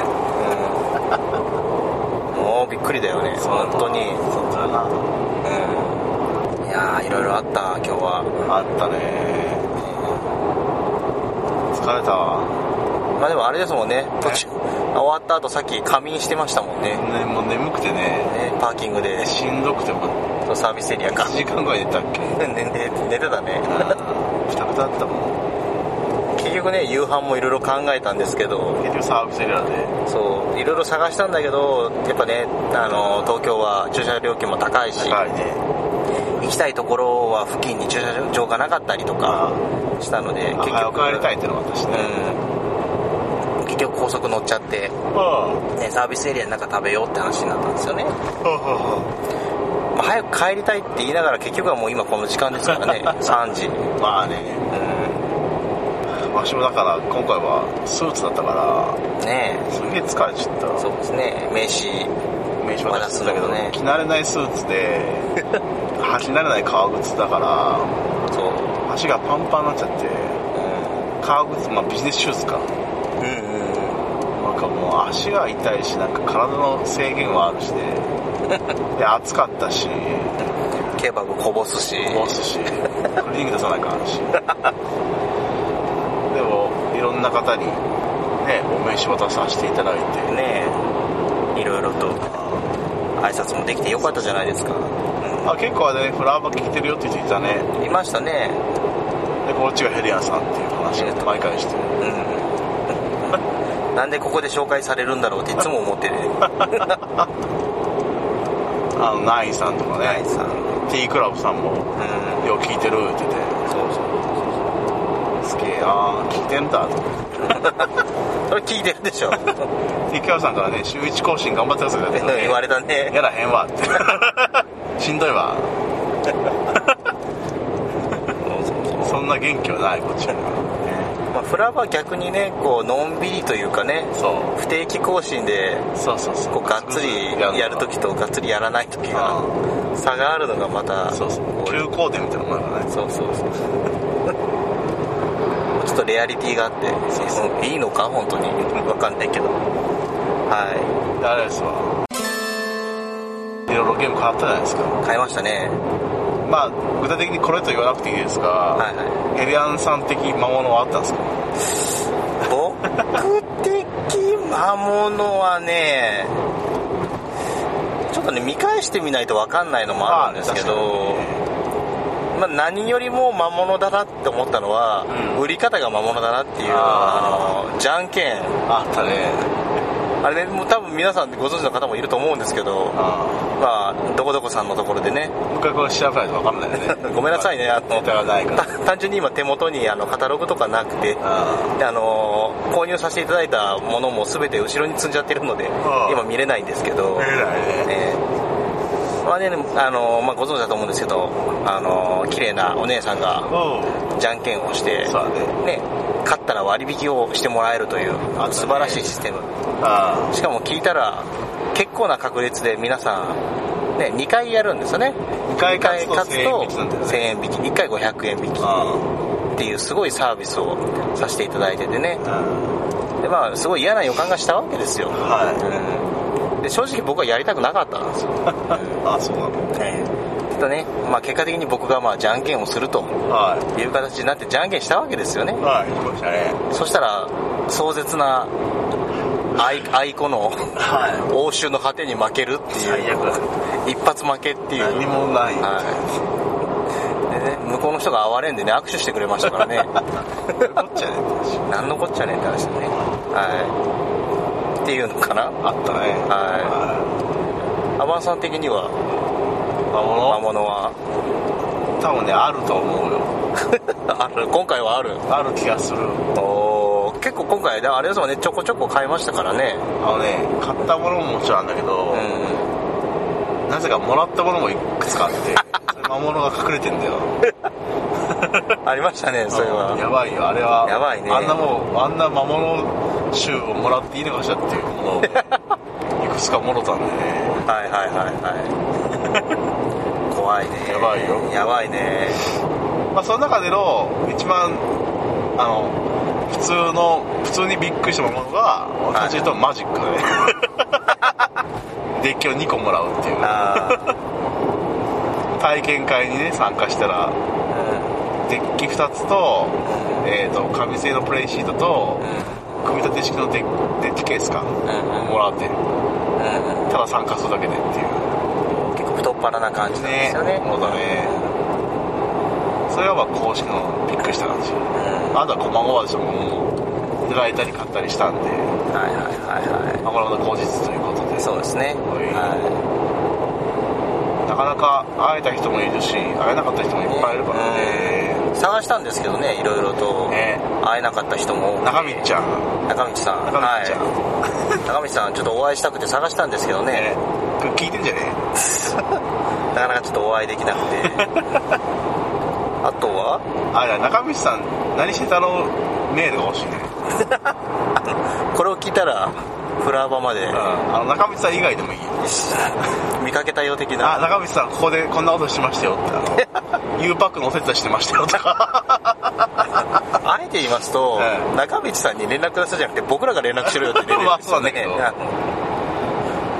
Speaker 1: うんもうびっくりだよね本当に
Speaker 2: そうだな
Speaker 1: うんいやーいろいろあった今日は
Speaker 2: あったね疲れたわ
Speaker 1: まあでもあれですもんね途中終わった後さっき仮眠してましたもんね
Speaker 2: ねもう眠くてね
Speaker 1: ねパーキングで
Speaker 2: しんどくても
Speaker 1: サービスエリアか
Speaker 2: 1時間ぐらい寝たっけ
Speaker 1: 寝 寝寝てたね
Speaker 2: くたくただったもん
Speaker 1: 結局ね夕飯もいろいろ考えたんですけど
Speaker 2: 結局サービスエリアで
Speaker 1: そういろいろ探したんだけどやっぱねあの東京は駐車料金も高いし
Speaker 2: 高いね
Speaker 1: 行きたいところは付近に駐車場がなかったりとかしたので
Speaker 2: 結
Speaker 1: 結
Speaker 2: 局
Speaker 1: 局
Speaker 2: 帰りたいってのが私ね
Speaker 1: うん結局高速乗っちゃって、
Speaker 2: うんは
Speaker 1: ね、サービスエリアの中食べようって話になったんですよね、
Speaker 2: あ
Speaker 1: まあ早く帰りたいって言いながら結局はもう今この時間です からね3時
Speaker 2: まあね場所だから今回はスーツだったから
Speaker 1: うんね
Speaker 2: すげえ疲れちゃった
Speaker 1: えそうですね名刺
Speaker 2: 名刺渡すんだけど
Speaker 1: まだそうだね
Speaker 2: 着慣れないスーツ で走り慣れない革靴だから
Speaker 1: そう、
Speaker 2: 足がパンパンになっちゃって革靴まあビジネスシューズか
Speaker 1: うん、うんうん
Speaker 2: なんかもう足が痛いしなんか体の制限はあるしでで暑かったし
Speaker 1: ケバブこぼすし
Speaker 2: こぼすし、クリーニング出さないかんし。でも、いろんな方に、ね、お名刺渡させていただいて、
Speaker 1: ねえいろいろと挨拶もできてよかったじゃないですか、
Speaker 2: あ結構あれね、フラワーバック来てるよって人いたね。
Speaker 1: うん、いましたね
Speaker 2: で、こっちがヘリアンさんっていう話を毎回して。
Speaker 1: うんなんでここで紹介されるんだろうっていつも思ってて
Speaker 2: あの、ナインさんとか
Speaker 1: ナイ
Speaker 2: ね
Speaker 1: ン、さん、
Speaker 2: T クラブさんも、
Speaker 1: う
Speaker 2: よう聞いてるって言って
Speaker 1: ん、そうそう
Speaker 2: て、すげえな聞いてんだと。
Speaker 1: それ聞いてるで しょ
Speaker 2: T クラブさんからね、週1更新頑張ってくださいって言われて
Speaker 1: 言われたね
Speaker 2: やらへん わって。しんどいわ。そんな元気はない、こっちは。
Speaker 1: まあ、フラは逆にねこうのんびりというかね
Speaker 2: そう。
Speaker 1: 不定期更新で
Speaker 2: そうそうそう
Speaker 1: こうがっつりやるときとがっつりやらないときが
Speaker 2: あ
Speaker 1: 差があるのがまた
Speaker 2: あそうそう
Speaker 1: こ
Speaker 2: 急行点みたいなもんやからね
Speaker 1: そうそうそうちょっとレアリティがあっていいのか本当にわかんないけどは
Speaker 2: であれですわいろいろゲーム変わったじゃないですか
Speaker 1: い買いましたね
Speaker 2: まあ具体的にこれと言わなくていいですが、
Speaker 1: はいは
Speaker 2: ヘリアンさん的魔物はあったんですか
Speaker 1: い僕的魔物はねちょっとね見返してみないとわかんないのもあるんですけどまあ、何よりも魔物だなって思ったのは、
Speaker 2: うん
Speaker 1: 売り方が魔物だなっていう
Speaker 2: あ
Speaker 1: あのじゃんけん
Speaker 2: あったね
Speaker 1: あれね、もう多分皆さんご存知の方もいると思うんですけど、
Speaker 2: あ
Speaker 1: まあ、どこどこさんのところでね、
Speaker 2: あ僕はこれ調べないと分かんないよね
Speaker 1: ごめんなさいね、あの
Speaker 2: ネタがないから
Speaker 1: た単純に今、手元にあのカタログとかなくて、
Speaker 2: あ
Speaker 1: であのー購入させていただいたものも全て後ろに積んじゃってるので
Speaker 2: あ、あ
Speaker 1: 今見れないんですけど
Speaker 2: あ、えらいね
Speaker 1: えーまあね、でもあのーまあ、ご存知だと思うんですけど、あのー綺麗なお姉さんが
Speaker 2: う
Speaker 1: じゃんけんをして、
Speaker 2: んそうだね
Speaker 1: ね、勝ったら割引をしてもらえるという
Speaker 2: あったね
Speaker 1: 素晴らしいシステム。
Speaker 2: あ
Speaker 1: しかも聞いたら結構な確率で皆さん、ね、2回やるんですよね
Speaker 2: あ2回勝つと1000円引きなんだよね
Speaker 1: 1000円引き1回500円引きっ
Speaker 2: あ
Speaker 1: ていうすごいサービスをさせていただいててね
Speaker 2: あうん
Speaker 1: でまあすごい嫌な予感がしたわけですよ、
Speaker 2: は
Speaker 1: うん、で正直僕はやりたくなかったんですよ、
Speaker 2: いああそうなの
Speaker 1: ええただね、まあ、結果的に僕がまあじゃんけんをすると
Speaker 2: は
Speaker 1: いう形になってじゃんけんしたわけですよね
Speaker 2: いはい行きましたね
Speaker 1: そしたら壮絶な愛愛子の
Speaker 2: は
Speaker 1: 応酬の果てに負けるっていう
Speaker 2: 最悪だね
Speaker 1: 一発負けっていう
Speaker 2: 何もない
Speaker 1: はい。でね、向こうの人が哀れんでね、握手してくれましたから ね。
Speaker 2: こっちゃね
Speaker 1: 何のこっちゃねえって話だね。はい。っていうのかな。
Speaker 2: あったね
Speaker 1: はアバンさん的には、
Speaker 2: い魔
Speaker 1: 魔
Speaker 2: 物
Speaker 1: 物は、
Speaker 2: 多分ねあると思うよ
Speaker 1: ある今回はある。
Speaker 2: ある気がする
Speaker 1: おー結構今回、あれですもんね、ちょこちょこ買いましたからね。
Speaker 2: あのね買ったものももちろんあるんだけど、
Speaker 1: うん。
Speaker 2: なぜかもらったものもいくつか あってそれ魔物が隠れてんだよ
Speaker 1: ありまし たね、それ
Speaker 2: うん
Speaker 1: は。
Speaker 2: やばいよあれは
Speaker 1: やばいね
Speaker 2: あんなもうあんな魔物集をもらっていいのかしらっていうもの をねいくつかもろたんでね
Speaker 1: はいはいはいはい。怖いね。
Speaker 2: やばいよ
Speaker 1: やばいね。
Speaker 2: まあその中での一番あの普通の普通にびっくりしたものが私にとマジックだね、 デッキを2個もらうっていう
Speaker 1: あ
Speaker 2: 体験会にね参加したら
Speaker 1: あ。
Speaker 2: デッキ2つと,、
Speaker 1: う
Speaker 2: えー、と紙製のプレイシートと
Speaker 1: ん。
Speaker 2: 組み立て式のデッデッキケースか
Speaker 1: ん
Speaker 2: もらって
Speaker 1: うん。うん。
Speaker 2: ただ参加するだけでっていう
Speaker 1: 結構太っ腹な感じなんで
Speaker 2: ね
Speaker 1: すよね
Speaker 2: そうだねそれはまあ公式のびっくりした感じあとはこまごまでしょもういただいたり買ったりしたんで、
Speaker 1: はいはいはいは
Speaker 2: まあ、これまた後日ということで
Speaker 1: いそうですね
Speaker 2: はい
Speaker 1: は
Speaker 2: なかなか会えた人もいるし会えなかった人もいっぱいいるからね
Speaker 1: い探したんですけどねいろいろと
Speaker 2: ね
Speaker 1: 会えなかった人も
Speaker 2: 中道ちゃん
Speaker 1: 中道さん
Speaker 2: 中道ちゃん、
Speaker 1: はい中道さんちょっとお会いしたくて探したんですけど
Speaker 2: ね
Speaker 1: ね
Speaker 2: これ聞いてんじゃね
Speaker 1: なかなかちょっとお会いできなくてあとは
Speaker 2: あれだ中道さん何してたのメールが欲しいね
Speaker 1: これを聞いたらフラバまで
Speaker 2: あの中道さん以外でもいい
Speaker 1: 見かけたよ的
Speaker 2: あ
Speaker 1: な
Speaker 2: 中道さんここでこんなことしてましたよってあ の U パックのお手伝いしてましたよとか
Speaker 1: あえて言いますと
Speaker 2: う
Speaker 1: 中道さんに連絡くださいじゃなくて僕らが連絡しろよってレベルですよね
Speaker 2: まあ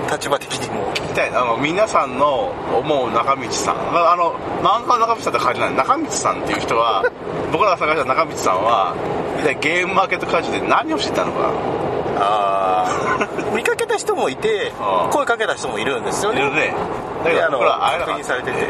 Speaker 1: 立場的にも
Speaker 2: みたいなあの皆さんの思う中道さんまああの漫画の中道さんって感じない中道さんっていう人は 僕らが探した中道さんは一体ゲームマーケット会場で何をしてたのか
Speaker 1: ああ見かけた人もいて
Speaker 2: あー
Speaker 1: 声かけた人もいるんですよ
Speaker 2: いろいろ
Speaker 1: ね
Speaker 2: ねだけ
Speaker 1: であ
Speaker 2: ど
Speaker 1: の
Speaker 2: 僕ら会えな
Speaker 1: 確
Speaker 2: かっ
Speaker 1: 認
Speaker 2: た
Speaker 1: されててで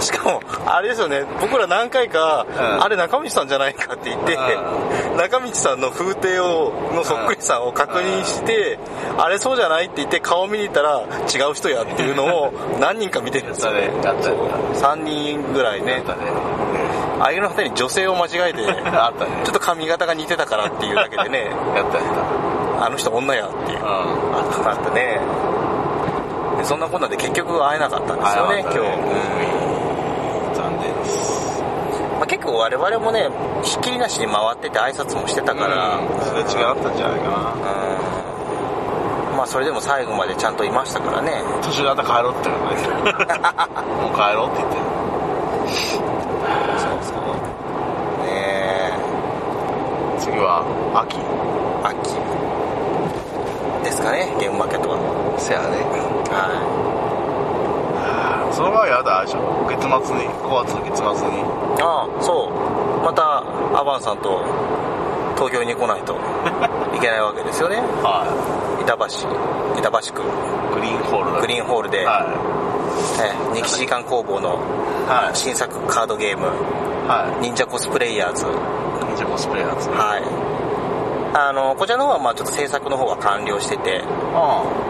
Speaker 1: しかもあれですよね僕ら何回か、
Speaker 2: ん
Speaker 1: あれ中道さんじゃないかって言って、
Speaker 2: う
Speaker 1: 中道さんの風景をのそっくりさんを確認して、あれそうじゃないって言って顔見に行ったら違う人やっていうのを何人か見てるんですよ
Speaker 2: だねやったよ
Speaker 1: 3人ぐらい
Speaker 2: や
Speaker 1: ね
Speaker 2: ったね
Speaker 1: あゆの果てに女性を間違え て
Speaker 2: あったね
Speaker 1: ちょっと髪型が似てたからっていうだけでね
Speaker 2: やったやっ
Speaker 1: あの人女やっていう
Speaker 2: たうん
Speaker 1: あったあったねでそんなこんなで結局会えなかったんですよね今日、
Speaker 2: 今日残念です
Speaker 1: まあ、結構我々もねひっきりなしに回ってて挨拶もしてた
Speaker 2: だ
Speaker 1: から、
Speaker 2: それ違ったんじゃないかな
Speaker 1: うんまあそれでも最後までちゃんといましたからね
Speaker 2: 途中であんた帰ろうって言われ てもう帰ろうって言って
Speaker 1: そうそうねえ
Speaker 2: 次は秋
Speaker 1: 秋ですかねゲームマーケットは
Speaker 2: せやね
Speaker 1: は
Speaker 2: その場合やだあれでしょ月末に5月の月末に
Speaker 1: いああそうまたアバンさんと東京に 来ないといけないわけですよね
Speaker 2: は
Speaker 1: 板橋板橋区
Speaker 2: いグリーンホールだ
Speaker 1: グリーンホールで、
Speaker 2: は
Speaker 1: えーニキシーカン工房の
Speaker 2: いは
Speaker 1: 新作カードゲーム
Speaker 2: いは
Speaker 1: 忍者コスプレイヤーズ
Speaker 2: い忍者コスプレイヤーですね
Speaker 1: はいあのこちらの方はまあちょっと制作の方は完了してて
Speaker 2: う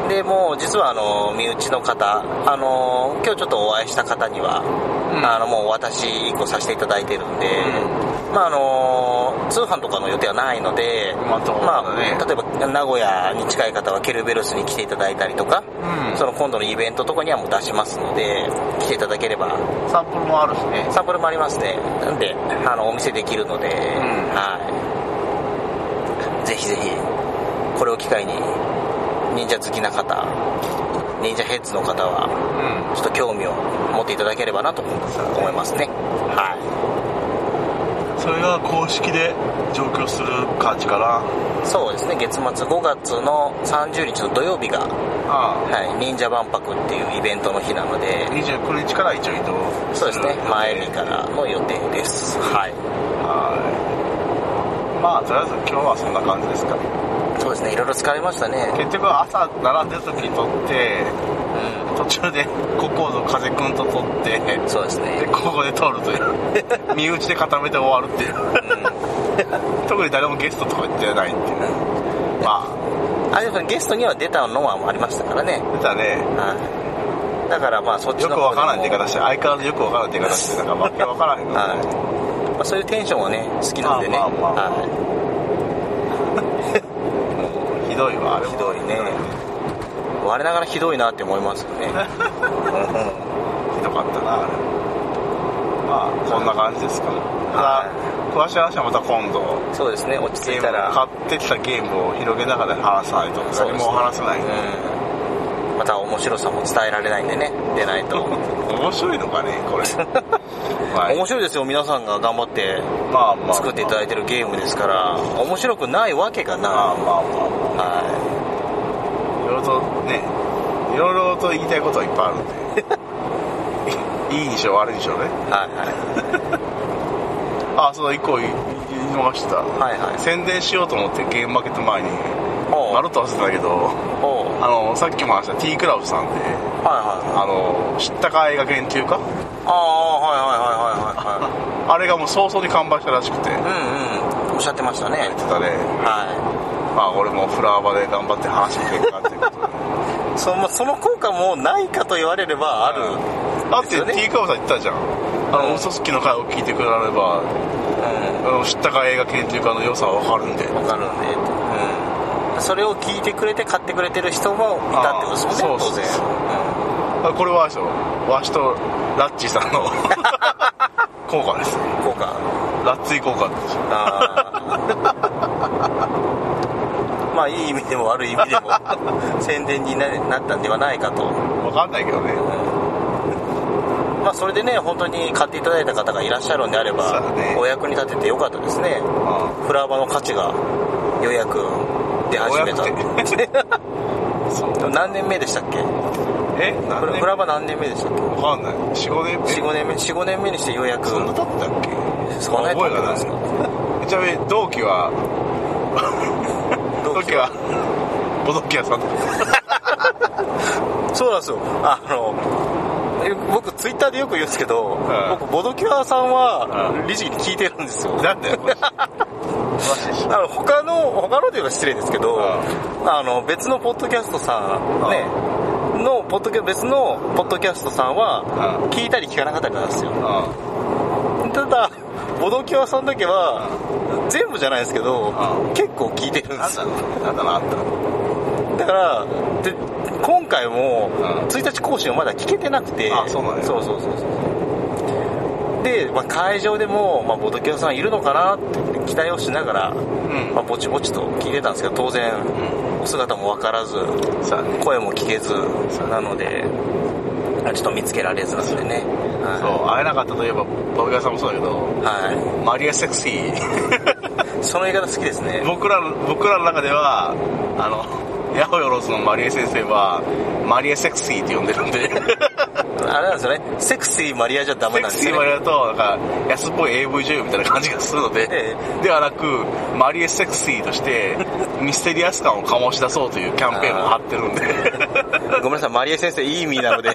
Speaker 1: でもう実はあの身内の方あの今日ちょっとお会いした方には、
Speaker 2: うん
Speaker 1: あのもうお渡し1個させていただいてるんで、
Speaker 2: う
Speaker 1: まああの通販とかの予定はないので、
Speaker 2: まあどうだね
Speaker 1: まあ例えば名古屋に近い方はケルベロスに来ていただいたりとか、
Speaker 2: うん
Speaker 1: その今度のイベントとかにはもう出しますので来ていただければ
Speaker 2: んサンプルもあるしね
Speaker 1: サンプルもありますねなんであのお見せできるので、はいぜひぜひこれを機会に忍者好きな方忍者ヘッズの方は
Speaker 2: うん
Speaker 1: ちょっと興味を持っていただければなと思いますねは
Speaker 2: それが公式で上京する感じかない
Speaker 1: そうですね月末5月の30日の土曜日が、
Speaker 2: あ
Speaker 1: はい、忍者万博っていうイベントの日なので
Speaker 2: あ29日から一応移動
Speaker 1: そうですね前に
Speaker 2: か
Speaker 1: からの予定ですはい
Speaker 2: はいまあとりあえず今日はそんな感じですか
Speaker 1: そうですねいろいろ疲れましたね
Speaker 2: 結局朝並んでる時に撮って
Speaker 1: う
Speaker 2: 途中でここの風くんと撮って
Speaker 1: んそうですね
Speaker 2: でここで撮ると いう身内で固めて終わるっていう特に誰もゲストとか言ってないっていうまあ
Speaker 1: あでもゲストには出たのはありましたからね、
Speaker 2: 出たね
Speaker 1: はい、だからまあそっち
Speaker 2: よ
Speaker 1: の
Speaker 2: くわからない出
Speaker 1: 方でも
Speaker 2: 方して相変わらずよくわからない出方してなんかわけわからへんの
Speaker 1: はいまあ、そういうテンションはね好きなんでね、
Speaker 2: まあまあまあ
Speaker 1: は
Speaker 2: ひどいわあれ
Speaker 1: い、
Speaker 2: も
Speaker 1: ひどいね我ながらひどいなって思いま すよね、うん
Speaker 2: ひどかったなあれまあこんな感じですかねただ詳しい話はまた今度
Speaker 1: そうですね落ち着
Speaker 2: ゲ
Speaker 1: い
Speaker 2: ー
Speaker 1: た
Speaker 2: ム
Speaker 1: ら
Speaker 2: を買ってきたゲームを広げながら話さないと
Speaker 1: そう
Speaker 2: 何
Speaker 1: ですね
Speaker 2: も話せない、
Speaker 1: うんまた面白さも伝えられないんでね出ないと
Speaker 2: 面白いのかね これまあ
Speaker 1: 面白いですよ皆さんが頑張って
Speaker 2: まあまあ
Speaker 1: 作っていただいてるゲームですから面白くないわけがな
Speaker 2: ま
Speaker 1: い、
Speaker 2: あまあまあま
Speaker 1: はい
Speaker 2: あいろいろとねいろいろと言いたいことはいっぱいあるんでいい印象悪い印象ね
Speaker 1: はいは
Speaker 2: あそうだ一個言い逃してた
Speaker 1: いはいはい
Speaker 2: 宣伝しようと思ってゲームマーケット前に
Speaker 1: おう
Speaker 2: まるっと忘れてたけど
Speaker 1: おう
Speaker 2: あのさっきも話した T クラブさんで
Speaker 1: はいは
Speaker 2: あ
Speaker 1: い
Speaker 2: の知ったか映画研究家
Speaker 1: ああはいはいはいはいはい
Speaker 2: あれがもう早々に完売したらしくて
Speaker 1: うんうんおっしゃってましたね
Speaker 2: 言ってたね
Speaker 1: は
Speaker 2: まあ俺もフラワー場で頑張って話してみてるかっていう ことで
Speaker 1: いそ,、まあ、その効果もないかと言われればある、
Speaker 2: だっ
Speaker 1: ですよね
Speaker 2: て T クラブさん言ってたじゃんあ
Speaker 1: うん
Speaker 2: の嘘つきの回を聞いてくれればあの知ったか映画研究家の良さはわかるんで
Speaker 1: うんわかるんでうんそれを聞いてくれて買ってくれてる人もいたってことですも
Speaker 2: あーそう
Speaker 1: んね当
Speaker 2: そう
Speaker 1: 然
Speaker 2: そうあこれはあれですよわしとラッチーさんの 効果です
Speaker 1: うん効果
Speaker 2: ラッツィ効果ですよ
Speaker 1: あーまあいい意味でも悪い意味でも宣伝にななったんではないかと
Speaker 2: わかんないけどね
Speaker 1: まあ、それでね本当に買っていただいた方がいらっしゃるんであれ
Speaker 2: そう
Speaker 1: ば、
Speaker 2: だね
Speaker 1: お役に立ててよかったですね
Speaker 2: あ
Speaker 1: フラワーの価値がようやく出始めた
Speaker 2: ようやそう
Speaker 1: でも 何年目でしたっけフ
Speaker 2: え何
Speaker 1: ラ
Speaker 2: 年
Speaker 1: フラワー何年目でしたっけ
Speaker 2: わかんない45年目
Speaker 1: 45年目45年目にしてようやく
Speaker 2: そんな経ったっけ
Speaker 1: そんなに
Speaker 2: 覚え
Speaker 1: 経って
Speaker 2: が
Speaker 1: たん
Speaker 2: な
Speaker 1: ですか
Speaker 2: いちなみに同期は同期は お同期屋さん
Speaker 1: そうなんですよあのえ僕ツイッターでよく言うんですけど、
Speaker 2: ん
Speaker 1: 僕ボドキュアさんは
Speaker 2: う
Speaker 1: 理事に聞いてるんですよ
Speaker 2: なんだよこれ詳しいし
Speaker 1: あの他の他のというか失礼ですけど、
Speaker 2: うん
Speaker 1: あの別のポッドキャストさん、
Speaker 2: うん
Speaker 1: ねのポッドキャ別のポッドキャストさんは、
Speaker 2: うん
Speaker 1: 聞いたり聞かなかったりなんですよ
Speaker 2: あ
Speaker 1: ただボドキュアさんだけは、全部じゃないですけど、
Speaker 2: う
Speaker 1: 結構聞いてるんで
Speaker 2: なん
Speaker 1: す
Speaker 2: だ
Speaker 1: よ
Speaker 2: ろうなんだろうあったの
Speaker 1: だからで今回も、
Speaker 2: うん
Speaker 1: 1日更新をまだ聞けてなくて
Speaker 2: あそうなんや
Speaker 1: そうそうそうそうで、まあ、会場でも、まあ、ボドキュアさんいるのかなって期待をしながら
Speaker 2: うん
Speaker 1: まあ、ぼちぼちと聞いてたんですけど当然お姿も分からず
Speaker 2: さあね
Speaker 1: 声も聞けずなのであちょっと見つけられずなんでね
Speaker 2: そ
Speaker 1: は
Speaker 2: う会えなかったといえばボブガさんもそうだけ
Speaker 1: い、
Speaker 2: ど
Speaker 1: は
Speaker 2: マリアセクシー
Speaker 1: い、その言い方好きですね
Speaker 2: 僕らの僕らの中ではあのヤホヨロスのマリア先生はマリアセクシーって呼んでるんで
Speaker 1: あれなんですよねセクシーマリアじゃダメ
Speaker 2: セ
Speaker 1: なん
Speaker 2: ク
Speaker 1: で
Speaker 2: シ
Speaker 1: す
Speaker 2: ーマ
Speaker 1: よね
Speaker 2: リアだとなんか安っぽい AV 女優みたいな感じがするので、
Speaker 1: え
Speaker 2: ではなくマリエセクシーとしてミステリアス感を醸し出そうというキャンペーンを張ってるんで
Speaker 1: ごめんなさいマリア先生いい意味なので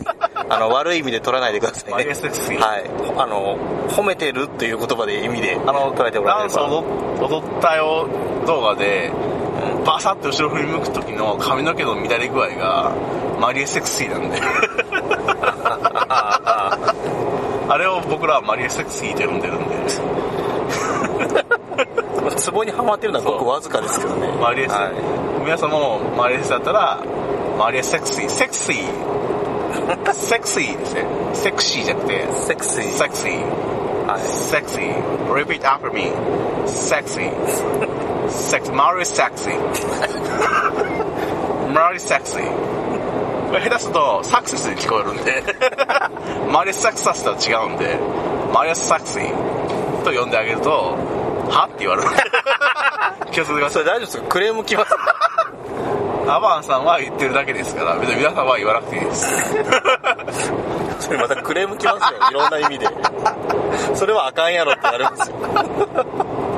Speaker 1: あの、悪い意味で取らないでくださいね。
Speaker 2: マイナスですね
Speaker 1: はい。あの、褒めてるという言葉で意味で、あの、捉えてもらえ
Speaker 2: ダ
Speaker 1: れ
Speaker 2: ンス
Speaker 1: ば。
Speaker 2: 踊踊ったよ動画で、バサッて後ろ振り向く時の髪の毛の乱れ具合がマリエセクシー なんであれを僕らはマリエセクシーと呼んでるんで
Speaker 1: ツボにはまってるのはごくわずかですけどね。
Speaker 2: マリエセ、
Speaker 1: はい
Speaker 2: 皆様もマリエセだったらマリエセクシーセクシーセクシーですねセクシーじゃなくて
Speaker 1: セクシー。
Speaker 2: セクシー
Speaker 1: はい。
Speaker 2: sexy. Repeat after me. Sexy. Sex. Mario sexy. Mario sexy. これ下手するとサクセスに聞こえるんで マリオサクサスとは違うんでマリオサクシーと呼んであげるとはって言われる 気をつけてくだ
Speaker 1: そ
Speaker 2: さい
Speaker 1: れ大丈夫ですかクレーム来ます。
Speaker 2: アバンさんは言ってるだけですから別に皆さんは言わなくていいです
Speaker 1: それまたクレーム来ますよ。いろんな意味 で。それはあかんやろってなりますよ。
Speaker 2: ま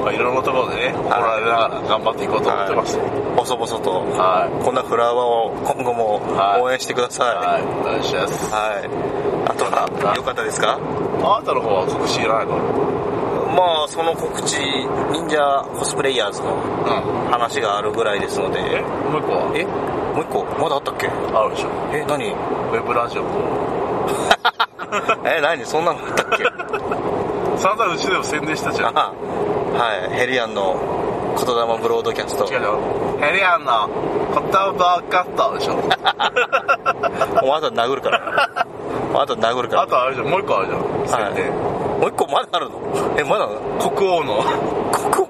Speaker 2: あいろんなところでね怒られながら頑張っていこうと思ってます
Speaker 1: 細々と。
Speaker 2: はい
Speaker 1: こんなフラワーを今後も
Speaker 2: はい
Speaker 1: 応援してくだ
Speaker 2: は
Speaker 1: さ
Speaker 2: いお願いします
Speaker 1: い。はい。あとは、よかったですか
Speaker 2: あなたの方は告知いらないの
Speaker 1: まあ、その告知、忍者コスプレイヤーズの
Speaker 2: うん。
Speaker 1: 話があるぐらいです
Speaker 2: え
Speaker 1: ので。
Speaker 2: もう一個は
Speaker 1: えもう一個まだあったっけ
Speaker 2: あるでしょ。
Speaker 1: え、何
Speaker 2: ウェブラジオも。
Speaker 1: え、何そんなのあ ったっけ
Speaker 2: 散々うちでも宣伝したじゃ
Speaker 1: あ
Speaker 2: ん。
Speaker 1: ははい、ヘリアンの言霊ブロードキャスト
Speaker 2: 違。うよ。ヘリアンの言葉カットでしょ。
Speaker 1: お前あと殴るから。 お前あと殴るか
Speaker 2: あ
Speaker 1: ら。
Speaker 2: とあれじゃん、もう一個あるじゃん。宣伝。
Speaker 1: もう一個まだあるのえ、まだ
Speaker 2: 国王の
Speaker 1: ここ、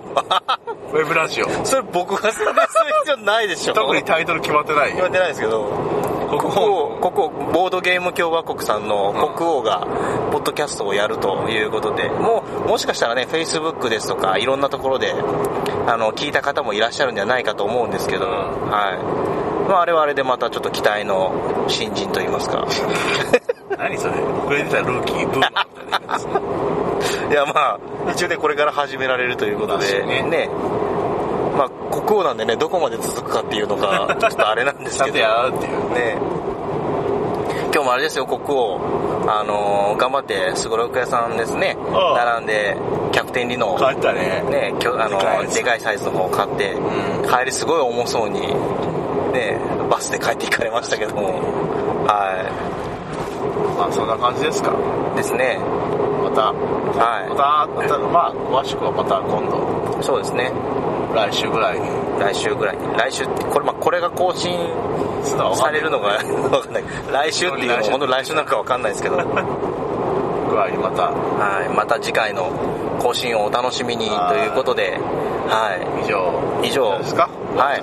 Speaker 2: ウェブラジ オ。
Speaker 1: それ僕が宣伝する必要ないでしょ。
Speaker 2: 特にタイトル決まってない
Speaker 1: 言 われてないですけど、
Speaker 2: 国
Speaker 1: 国
Speaker 2: 王
Speaker 1: 王、国王、ボードゲーム共和国さんの国王が、ポッドキャストをやるということで、もう、もしかしたらね、Facebook ですとか、いろんなところで、あの、聞いた方もいらっしゃるんじゃないかと思うんですけど、
Speaker 2: うん
Speaker 1: はい。まあ、あれはあれでまたちょっと期待の新人といいま すか。
Speaker 2: の。何それ遅れてたルーキー、ブーマーみ たいなやつ。
Speaker 1: いや、まあ、一応ね、これから始められるということ
Speaker 2: 確
Speaker 1: で、
Speaker 2: かにね
Speaker 1: ね。まあ、国王なんでね、どこまで続くかっていうのが、ちょっとあれなんです
Speaker 2: ちゃ
Speaker 1: け
Speaker 2: ん
Speaker 1: ど
Speaker 2: と。やるっていう。
Speaker 1: ね今日もあれですよ、国王、あのー頑張って、すごろく屋さんですね、
Speaker 2: ああ
Speaker 1: 並んで、キャプテンリノを、
Speaker 2: 帰ったね。
Speaker 1: ね、きょあ
Speaker 2: で
Speaker 1: の
Speaker 2: かいや
Speaker 1: ー
Speaker 2: つ
Speaker 1: でかいサイズの方を買って、
Speaker 2: う
Speaker 1: 帰りすごい重そうに、ね、バスで帰っていかれましたけども、は
Speaker 2: まあそんな感じですか。
Speaker 1: い、ですね、
Speaker 2: また、また、
Speaker 1: は
Speaker 2: また、まあ詳しくはまた今度、
Speaker 1: い、そうですね、
Speaker 2: 来週ぐらいに。
Speaker 1: 来週ぐらいに、来週って、これ、まあ、これが更新
Speaker 2: そんなわか
Speaker 1: さ
Speaker 2: んな
Speaker 1: れ
Speaker 2: い
Speaker 1: るのが わかんない、来週っていうのも、本当来週なんかわかんないですけど。
Speaker 2: ぐらいにまた、
Speaker 1: はい、また次回の更新をお楽しみにということで、は
Speaker 2: 以上。
Speaker 1: い、以上。
Speaker 2: ですか
Speaker 1: はい、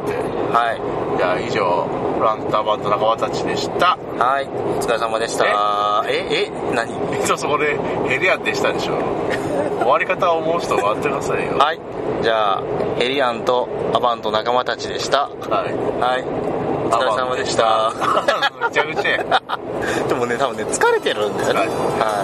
Speaker 1: は
Speaker 2: じゃあ以上、フランクターバンと仲間たちでした。
Speaker 1: い、はい、お疲れ様でした。え、え、何
Speaker 2: いつもそこでヘリアンでしたでしょ。終わり方を思う人は終わってくださいよ。
Speaker 1: はい、じゃあ、ヘリアンとアバンと仲間たちでした。
Speaker 2: はい。
Speaker 1: はい、お疲れ様でした。
Speaker 2: めちゃくちゃや。
Speaker 1: でもね、多分ね、疲れてるんですよね。
Speaker 2: はい
Speaker 1: は